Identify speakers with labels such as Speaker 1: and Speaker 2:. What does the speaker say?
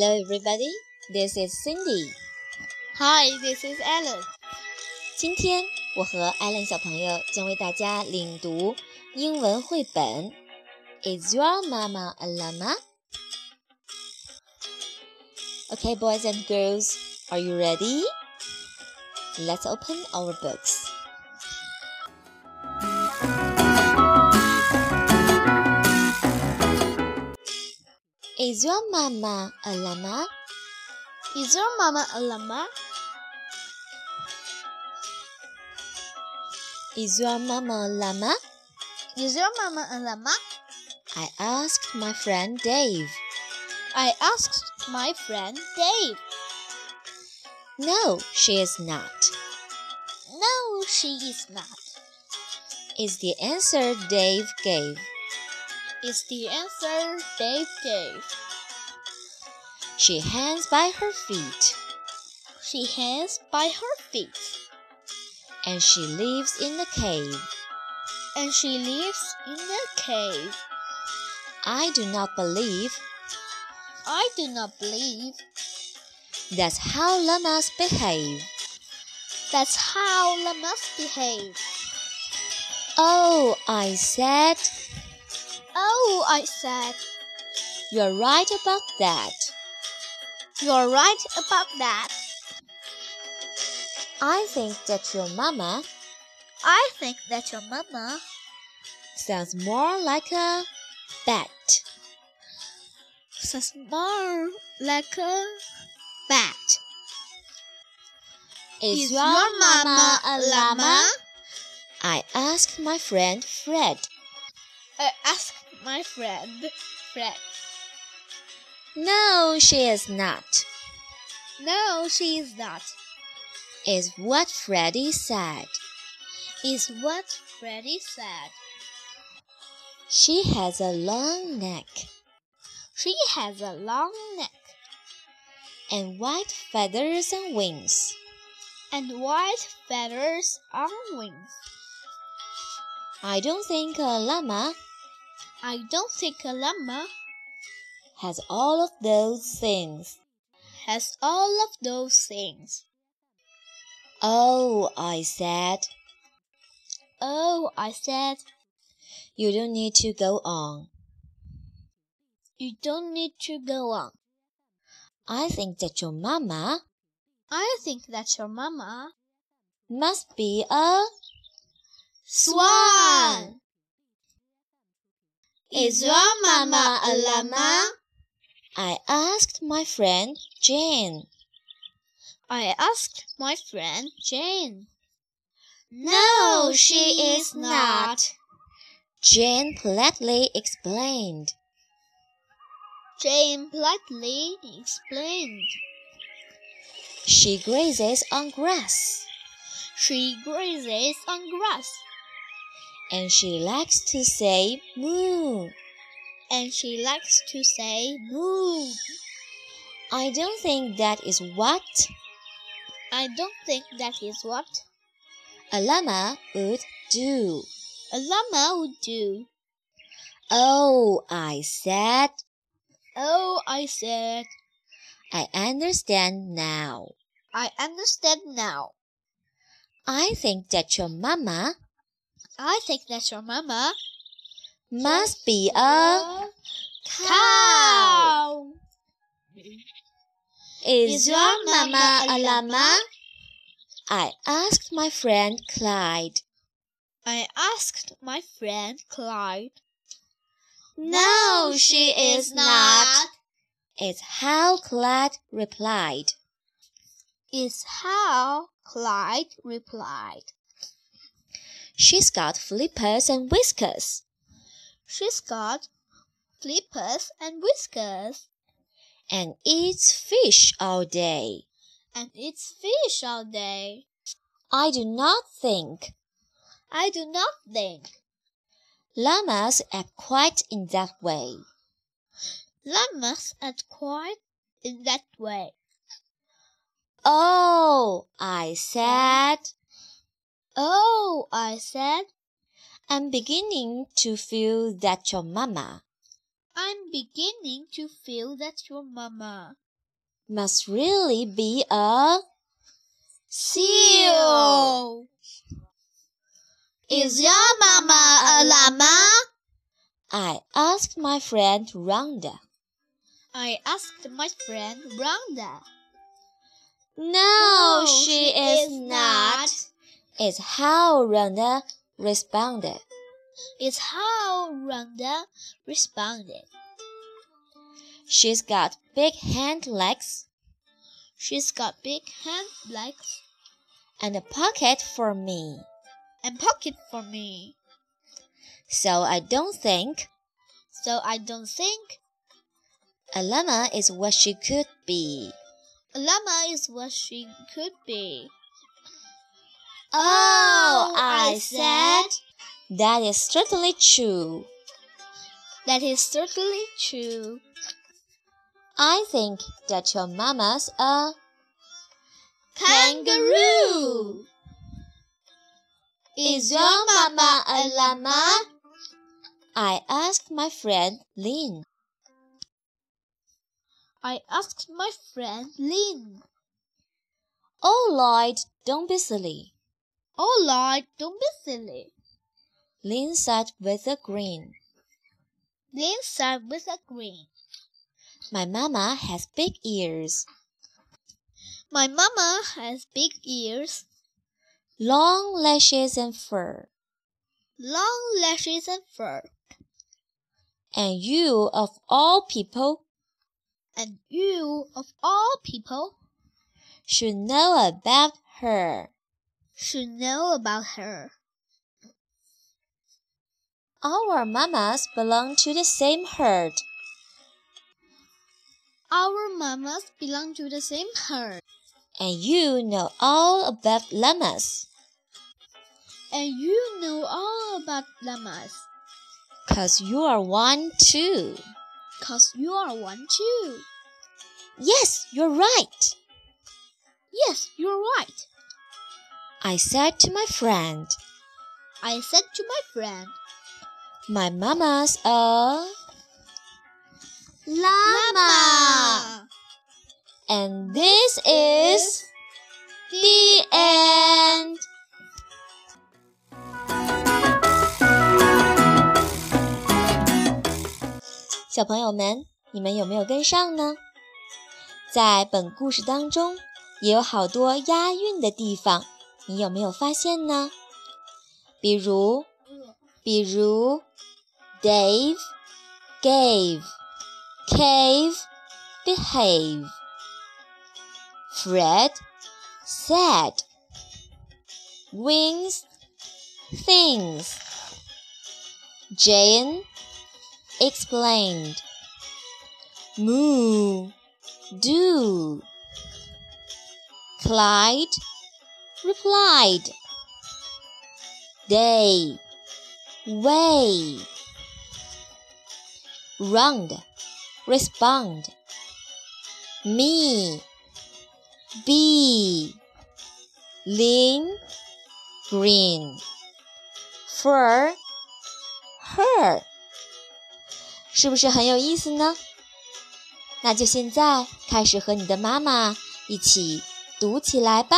Speaker 1: everybody. This is Cindy.
Speaker 2: Hi, this is Alan.
Speaker 1: 今天我和 Allen 小朋友将为大家领读英文绘本《Is Your Mama a Llama》。Okay, boys and girls, are you ready? Let's open our books. Is your mama a llama?
Speaker 2: Is your mama a llama?
Speaker 1: Is your mama a llama?
Speaker 2: Is your mama a llama?
Speaker 1: I asked my friend Dave.
Speaker 2: I asked my friend Dave.
Speaker 1: No, she is not.
Speaker 2: No, she is not.
Speaker 1: Is the answer Dave gave.
Speaker 2: Is the answer Dave gave.
Speaker 1: She hangs by her feet
Speaker 2: She hangs by her feet,
Speaker 1: and she lives in the cave.
Speaker 2: and she lives in the cave.
Speaker 1: I do not believe
Speaker 2: I do not believe
Speaker 1: that's how llamas behave.
Speaker 2: that's how llamas behave.
Speaker 1: Oh, I said,
Speaker 2: Oh, I said,
Speaker 1: you're right about that.
Speaker 2: you're right about that.
Speaker 1: I think that your mama
Speaker 2: I think that your mama
Speaker 1: sounds more like a bat.
Speaker 2: sounds more like a bat.
Speaker 1: Is, your, mama a llama? I asked my friend Fred.
Speaker 2: I asked Uh, my friend Fred.
Speaker 1: No, she is not,
Speaker 2: No, she is not.
Speaker 1: is what Freddy said.
Speaker 2: Is what Freddy said.
Speaker 1: She has a long neck
Speaker 2: She has a long neck
Speaker 1: and white feathers and wings.
Speaker 2: and white feathers on wings.
Speaker 1: I don't think a llama
Speaker 2: I don't think a llama
Speaker 1: has all of those things.
Speaker 2: has all of those things.
Speaker 1: Oh, I said,
Speaker 2: Oh, I said,
Speaker 1: you don't need to go on.
Speaker 2: you don't need to go on.
Speaker 1: I think that your mama
Speaker 2: I think that your mama
Speaker 1: must be a
Speaker 2: Swan. Is your mama a llama?
Speaker 1: I asked my friend Jane.
Speaker 2: I asked my friend Jane.
Speaker 1: No, she is not. Jane politely explained.
Speaker 2: Jane politely explained.
Speaker 1: She grazes on grass
Speaker 2: She grazes on grass
Speaker 1: and she likes to say moo.
Speaker 2: and she likes to say moo.
Speaker 1: I don't think that is what
Speaker 2: I don't think that is what
Speaker 1: a llama would do.
Speaker 2: a llama would do.
Speaker 1: Oh, I said,
Speaker 2: Oh, I said,
Speaker 1: I understand now.
Speaker 2: I understand now.
Speaker 1: I think that your mama
Speaker 2: I think that your mama
Speaker 1: must be a
Speaker 2: cow.
Speaker 1: Is your mama a llama? I asked my friend Clyde.
Speaker 2: I asked my friend Clyde.
Speaker 1: No, she is not. It's how Clyde replied.
Speaker 2: Is how Clyde replied.
Speaker 1: She's got flippers and whiskers,
Speaker 2: She's got flippers and whiskers
Speaker 1: and eats fish all day.
Speaker 2: and eats fish all day.
Speaker 1: I do not think
Speaker 2: I do not think
Speaker 1: llamas act quite in that way.
Speaker 2: llamas act quite in that way.
Speaker 1: Oh, I said.
Speaker 2: Oh, I said,
Speaker 1: I'm beginning to feel that your mama
Speaker 2: I'm beginning to feel that your mama
Speaker 1: must really be a
Speaker 2: Seal. Is your mama a llama?
Speaker 1: I asked my friend Rhonda.
Speaker 2: I asked my friend Rhonda.
Speaker 1: No, she, is not. It's how Rhonda responded.
Speaker 2: It's how Rhonda responded.
Speaker 1: She's got big hand legs
Speaker 2: She's got big hand legs
Speaker 1: and a pocket for me,
Speaker 2: and pocket for me,
Speaker 1: so I don't think
Speaker 2: so I don't think
Speaker 1: a llama is what she could be.
Speaker 2: a llama is what she could be.
Speaker 1: Oh, I said. That is certainly true.
Speaker 2: That is certainly true.
Speaker 1: I think that your mama's a
Speaker 2: Kangaroo. Is your mama a llama?
Speaker 1: I asked my friend Lin.
Speaker 2: I asked my friend Lin.
Speaker 1: Oh, Lloyd, don't be silly.
Speaker 2: Oh Lord, don't be silly.
Speaker 1: Lin said with a grin.
Speaker 2: Lin said with a grin.
Speaker 1: My mama has big ears,
Speaker 2: My mama has big ears,
Speaker 1: long lashes and fur,
Speaker 2: long lashes and fur,
Speaker 1: and you, of all people,
Speaker 2: and you, of all people,
Speaker 1: should know about her.
Speaker 2: should know about her.
Speaker 1: Our mamas belong to the same herd.
Speaker 2: Our mamas belong to the same herd,
Speaker 1: and you know all about llamas,
Speaker 2: and you know all about llamas,
Speaker 1: 'cause you are one too.
Speaker 2: cause you are one too.
Speaker 1: Yes, you're right,
Speaker 2: Yes, you're right.
Speaker 1: I said to my friend.
Speaker 2: I said to my friend,
Speaker 1: My mama's a
Speaker 2: Llama.
Speaker 1: and this is the end.小朋友们，你们有没有跟上呢？在本故事当中，也有好多押韵的地方，你有没有发现呢？比如，比如，Dave gave cave behave Fred said wings things Jane explained moo do Clyde replied day way round respond me be lean green for her 是不是很有意思呢？那就现在开始和你的妈妈一起读起来吧。